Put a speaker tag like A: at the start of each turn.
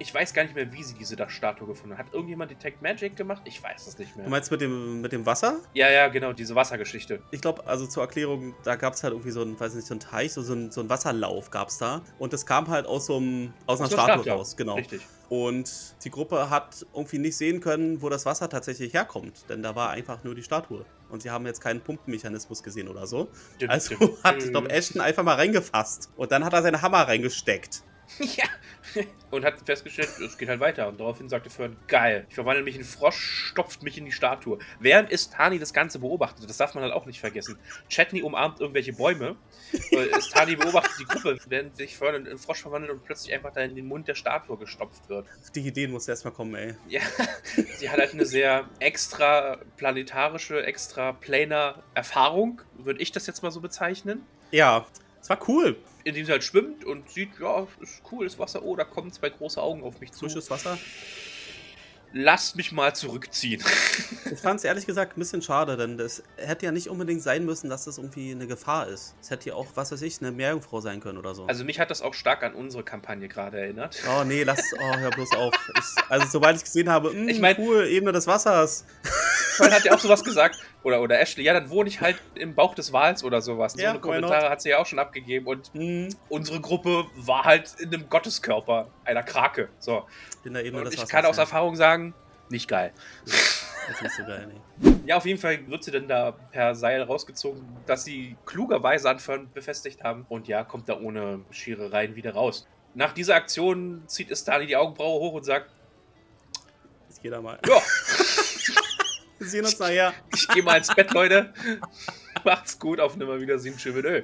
A: Ich weiß gar nicht mehr, wie sie diese Statue gefunden hat. Hat irgendjemand Detect Magic gemacht? Ich weiß es nicht
B: Du
A: mehr.
B: meinst mit dem, mit dem Wasser?
A: Ja, ja, genau, diese Wassergeschichte.
B: Ich glaube, also zur Erklärung, da gab es halt irgendwie so einen, weiß nicht, so einen Teich, so, so, einen, so einen Wasserlauf gab es da. Und das kam halt aus so einem, aus einer
A: Aus einer
B: Statue
A: Statue.
B: raus, genau.
A: Richtig.
B: Und die Gruppe hat irgendwie nicht sehen können, wo das Wasser tatsächlich herkommt. Denn da war einfach nur die Statue. Und sie haben jetzt keinen Pumpenmechanismus gesehen oder so. Also hat, ich glaube, Ashton einfach mal reingefasst. Und dann hat er seinen Hammer reingesteckt.
A: Ja. Und hat festgestellt, es geht halt weiter. Und daraufhin sagte Fern, geil, ich verwandle mich in Frosch, stopft mich in die Statue. Während Istani das Ganze beobachtet, das darf man halt auch nicht vergessen. Chetney umarmt irgendwelche Bäume. Äh, Istani beobachtet die Gruppe, während sich Fern in- in Frosch verwandelt und plötzlich einfach da in den Mund der Statue gestopft wird.
B: Die Ideen muss erstmal kommen, ey.
A: Ja, sie hat halt eine sehr extra planetarische, extra planer Erfahrung, würde ich das jetzt mal so bezeichnen.
B: Ja, es war cool.
A: Indem sie halt schwimmt und sieht, ja, ist cool, ist Wasser, oh, da kommen zwei große Augen auf mich zu.
B: Frisches Wasser.
A: Lasst mich mal zurückziehen.
B: Ich fand es ehrlich gesagt ein bisschen schade, denn es hätte ja nicht unbedingt sein müssen, dass das irgendwie eine Gefahr ist. Es hätte ja auch, was weiß ich, eine Meerjungfrau sein können oder so.
A: Also mich hat das auch stark an unsere Kampagne gerade erinnert.
B: oh nee, lass, oh, hör bloß auf. Ich, also sobald ich gesehen habe, mh,
A: Ich mein-
B: cool, Ebene des Wassers.
A: Vorhin hat ja auch sowas gesagt. Oder, oder Ashley, ja, dann wohne ich halt im Bauch des Wals oder sowas. So
B: Ja,
A: eine
B: why not?
A: Kommentare hat sie ja auch schon abgegeben. Und
B: Mh,
A: unsere Gruppe war halt in einem Gotteskörper, einer Krake. So.
B: in der Ebene
A: Und
B: des
A: ich
B: Wassers.
A: kann aus
B: ja.
A: Erfahrung sagen, nicht geil.
B: Das ist nicht so geil, nee.
A: Ja, auf jeden Fall wird sie dann da per Seil rausgezogen, dass sie klugerweise an Fern befestigt haben. Und ja, kommt da ohne Schere rein wieder raus. Nach dieser Aktion zieht Istani die Augenbraue hoch und sagt,
B: Jetzt geht er mal.
A: ja,
B: Wir sehen uns nachher.
A: Ich gehe mal ins Bett, Leute. Macht's gut, auf Nimmerwiedersehen. Tschüss.